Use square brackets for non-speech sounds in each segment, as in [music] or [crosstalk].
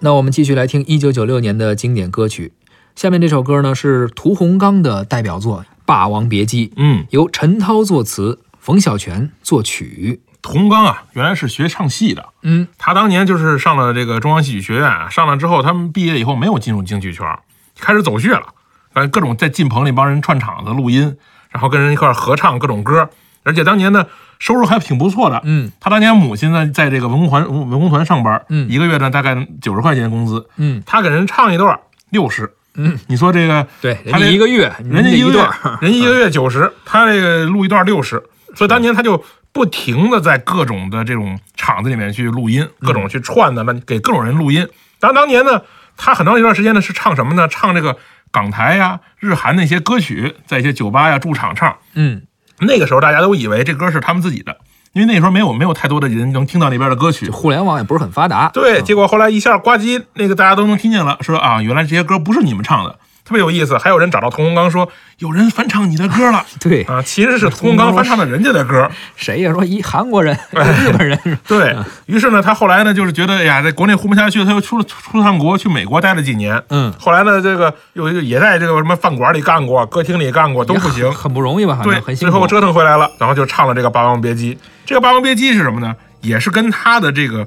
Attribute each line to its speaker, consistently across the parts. Speaker 1: 那我们继续来听一九九六年的经典歌曲，下面这首歌呢是屠洪刚的代表作《霸王别姬》，
Speaker 2: 嗯，
Speaker 1: 由陈涛作词，冯小泉作曲。
Speaker 2: 童刚啊，原来是学唱戏的，
Speaker 1: 嗯，
Speaker 2: 他当年就是上了这个中央戏剧学院啊，上了之后，他们毕业以后没有进入京剧圈儿，开始走穴了，反正各种在进棚里帮人串场子、录音，然后跟人一块儿合唱各种歌，而且当年呢收入还挺不错的。
Speaker 1: 嗯
Speaker 2: 他当年母亲呢在这个文工团文文工团上班，
Speaker 1: 嗯
Speaker 2: 一个月呢大概九十块钱工资，
Speaker 1: 嗯
Speaker 2: 他给人唱一段六十，
Speaker 1: 嗯，
Speaker 2: 你说这个
Speaker 1: 对，
Speaker 2: 他
Speaker 1: 人家
Speaker 2: 这
Speaker 1: 一个月，
Speaker 2: 人家
Speaker 1: 嗯一
Speaker 2: 一个月
Speaker 1: 段儿，嗯
Speaker 2: 人家一个月九十，他这个录一段六十，所以当年他就不停的在各种的这种厂子里面去录音，各
Speaker 1: 嗯
Speaker 2: 种去串的，乱给各种人录音。当然当年呢，他很长一段时间呢是唱什么呢？唱这个港台呀、日韩那些歌曲，在一些酒吧呀驻场唱。
Speaker 1: 嗯
Speaker 2: 那个时候大家都以为这歌是他们自己的，因为那时候没有没有太多的人能听到那边的歌曲
Speaker 1: 就。互联网也不是很发达，
Speaker 2: 对，结果后来一下呱唧，那个大家都能听见了，说啊，原来这些歌不是你们唱的，特别有意思。还有人找到屠洪刚说，有人翻唱你的歌
Speaker 1: [laughs]
Speaker 2: 了。
Speaker 1: 对，
Speaker 2: 啊，其实是屠洪刚翻唱的人家的
Speaker 1: [laughs]
Speaker 2: 歌。
Speaker 1: 谁呀？说一韩
Speaker 2: [laughs]
Speaker 1: 国人、日本人，
Speaker 2: 对于是呢，他后来呢，就是觉得哎呀，在国内混不下去，他又出了出趟国，去美国待了几年。
Speaker 1: 嗯，
Speaker 2: 后来呢，这个又又也在这个什么饭馆里干过，歌厅里干过，都不
Speaker 1: 也
Speaker 2: 行
Speaker 1: 很。很不容易吧？反
Speaker 2: 对
Speaker 1: 正，很辛
Speaker 2: 最
Speaker 1: 苦。嗯
Speaker 2: 后折腾回来了，然后就唱了这个《霸王别姬》。这个《霸王别姬》是什么呢？也是跟他的这个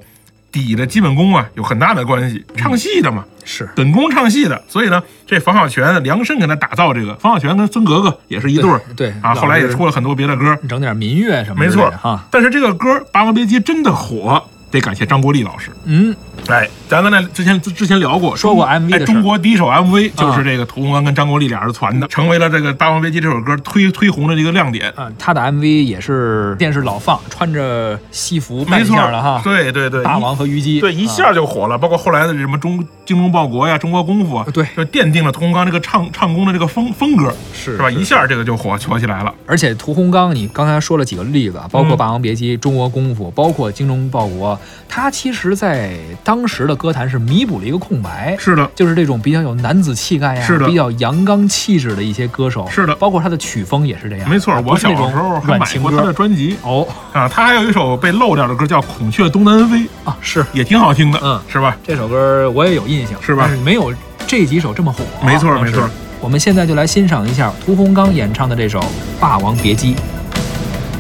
Speaker 2: 底的基本功啊有很大的关系，唱戏的嘛。
Speaker 1: 是
Speaker 2: 本宫唱戏的，所以呢，这冯小泉量身给他打造这个。冯小泉跟孙格格也是一对儿，
Speaker 1: 对
Speaker 2: 啊，后来也出
Speaker 1: 了，
Speaker 2: 了很多别的歌。
Speaker 1: 整点民乐什么
Speaker 2: 没
Speaker 1: 之类
Speaker 2: 错
Speaker 1: 的哈。
Speaker 2: 但是这个歌《霸王别姬》真的火，得感谢张国立老师。
Speaker 1: 嗯，
Speaker 2: 哎，咱刚才之前之前聊过，
Speaker 1: 说过 MV
Speaker 2: 哎
Speaker 1: 的事儿啊
Speaker 2: 中国第一首 MV 就是这个屠洪刚跟张国立俩人传的，成为了这个《霸王别姬》这首歌推推红的一个亮点。
Speaker 1: 啊，他的 MV 也是电视老放，穿着西服扮
Speaker 2: 没
Speaker 1: 一
Speaker 2: 错
Speaker 1: 下了哈。
Speaker 2: 对对对，
Speaker 1: 大
Speaker 2: 一
Speaker 1: 王和虞姬，
Speaker 2: 对一
Speaker 1: 啊
Speaker 2: 下就火了，包括后来的什么中精忠报国呀、中国功夫啊，
Speaker 1: 对
Speaker 2: 就奠定了屠洪刚这个唱唱功的这个风风格，
Speaker 1: 是
Speaker 2: 是吧？一下这个就火火起来了。
Speaker 1: 而且屠洪刚，你刚才说了几个例子，啊，包括《
Speaker 2: 嗯
Speaker 1: 霸王别姬》中国功夫》，包括《精忠报国》，他其实在当时的歌坛是弥补了一个空白。
Speaker 2: 是的，
Speaker 1: 就是这种比较有男子气概呀、啊
Speaker 2: 是的
Speaker 1: 比较阳刚气质的一些歌手，
Speaker 2: 是的
Speaker 1: 包括他的曲风也是这样，
Speaker 2: 没错
Speaker 1: 啊，
Speaker 2: 我
Speaker 1: 不是
Speaker 2: 小
Speaker 1: 那
Speaker 2: 时
Speaker 1: 种
Speaker 2: 候还
Speaker 1: 软
Speaker 2: 买
Speaker 1: 情
Speaker 2: 过他的
Speaker 1: 歌
Speaker 2: 专辑
Speaker 1: 哦
Speaker 2: 啊，他还有一首被漏掉的歌叫《孔雀东南飞》，
Speaker 1: 啊，是
Speaker 2: 也挺好听的，
Speaker 1: 嗯，
Speaker 2: 是吧？
Speaker 1: 这首歌我也有印象，
Speaker 2: 是吧
Speaker 1: 但是没有这几首这么火、啊
Speaker 2: 没错
Speaker 1: 当时
Speaker 2: 没错。
Speaker 1: 我们现在就来欣赏一下屠洪刚演唱的这首《霸王别姬》。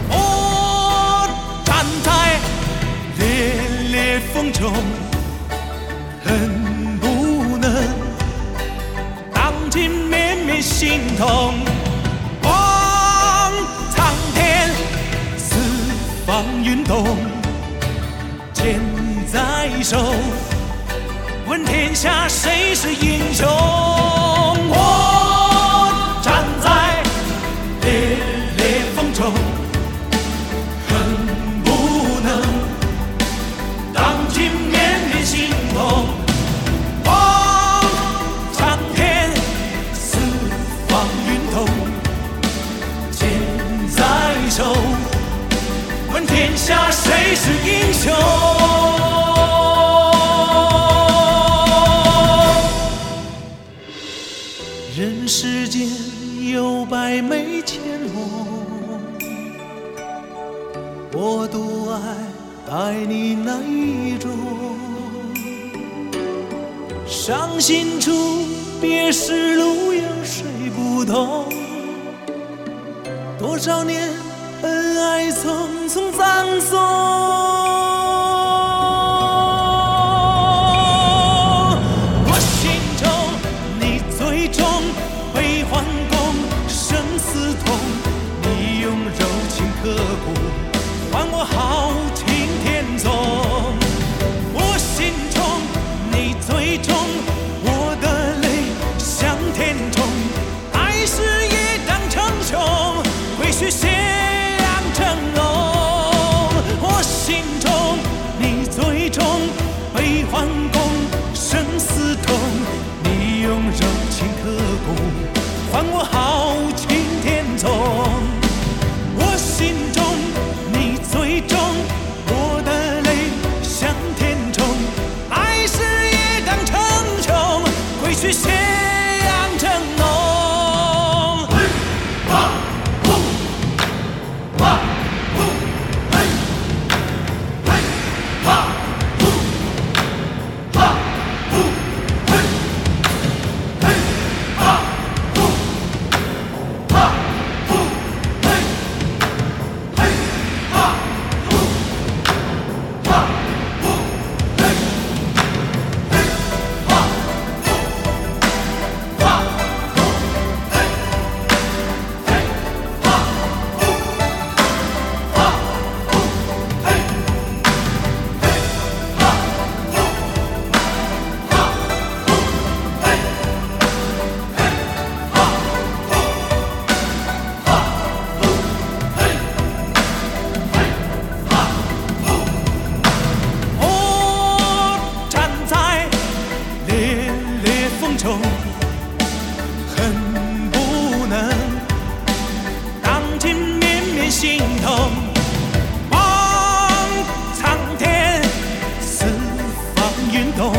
Speaker 3: 我站在烈烈风中，恨不能荡尽绵绵心痛，望苍天，四方云动，剑在手，问天下谁是英雄？我站在烈烈风中。恨不能荡尽绵绵心痛，望苍天，四方云动，剑在手，问天下谁是英雄？人世间有百媚千红。我独爱在你那一种，伤心处别时路有谁不懂？多少年恩爱匆匆葬送。我心中你最重，悲欢共生死同，你用柔情刻骨，还我豪情天纵。我心中你最重，我的泪向天冲，爱是一当成雄，会血血染成龙。我心中你最重，悲欢共生死同，你用柔情刻骨，还我豪情天纵。我心中你最重，我的泪向天冲，爱是一当成雄，归去斜阳正浓。中，恨不能荡尽绵绵心头，望苍天，四方云动，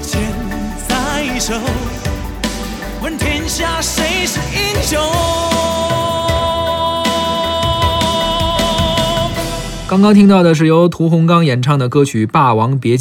Speaker 3: 剑在手，问天下谁是英雄？
Speaker 1: 刚刚听到的是由屠洪刚演唱的歌曲《霸王别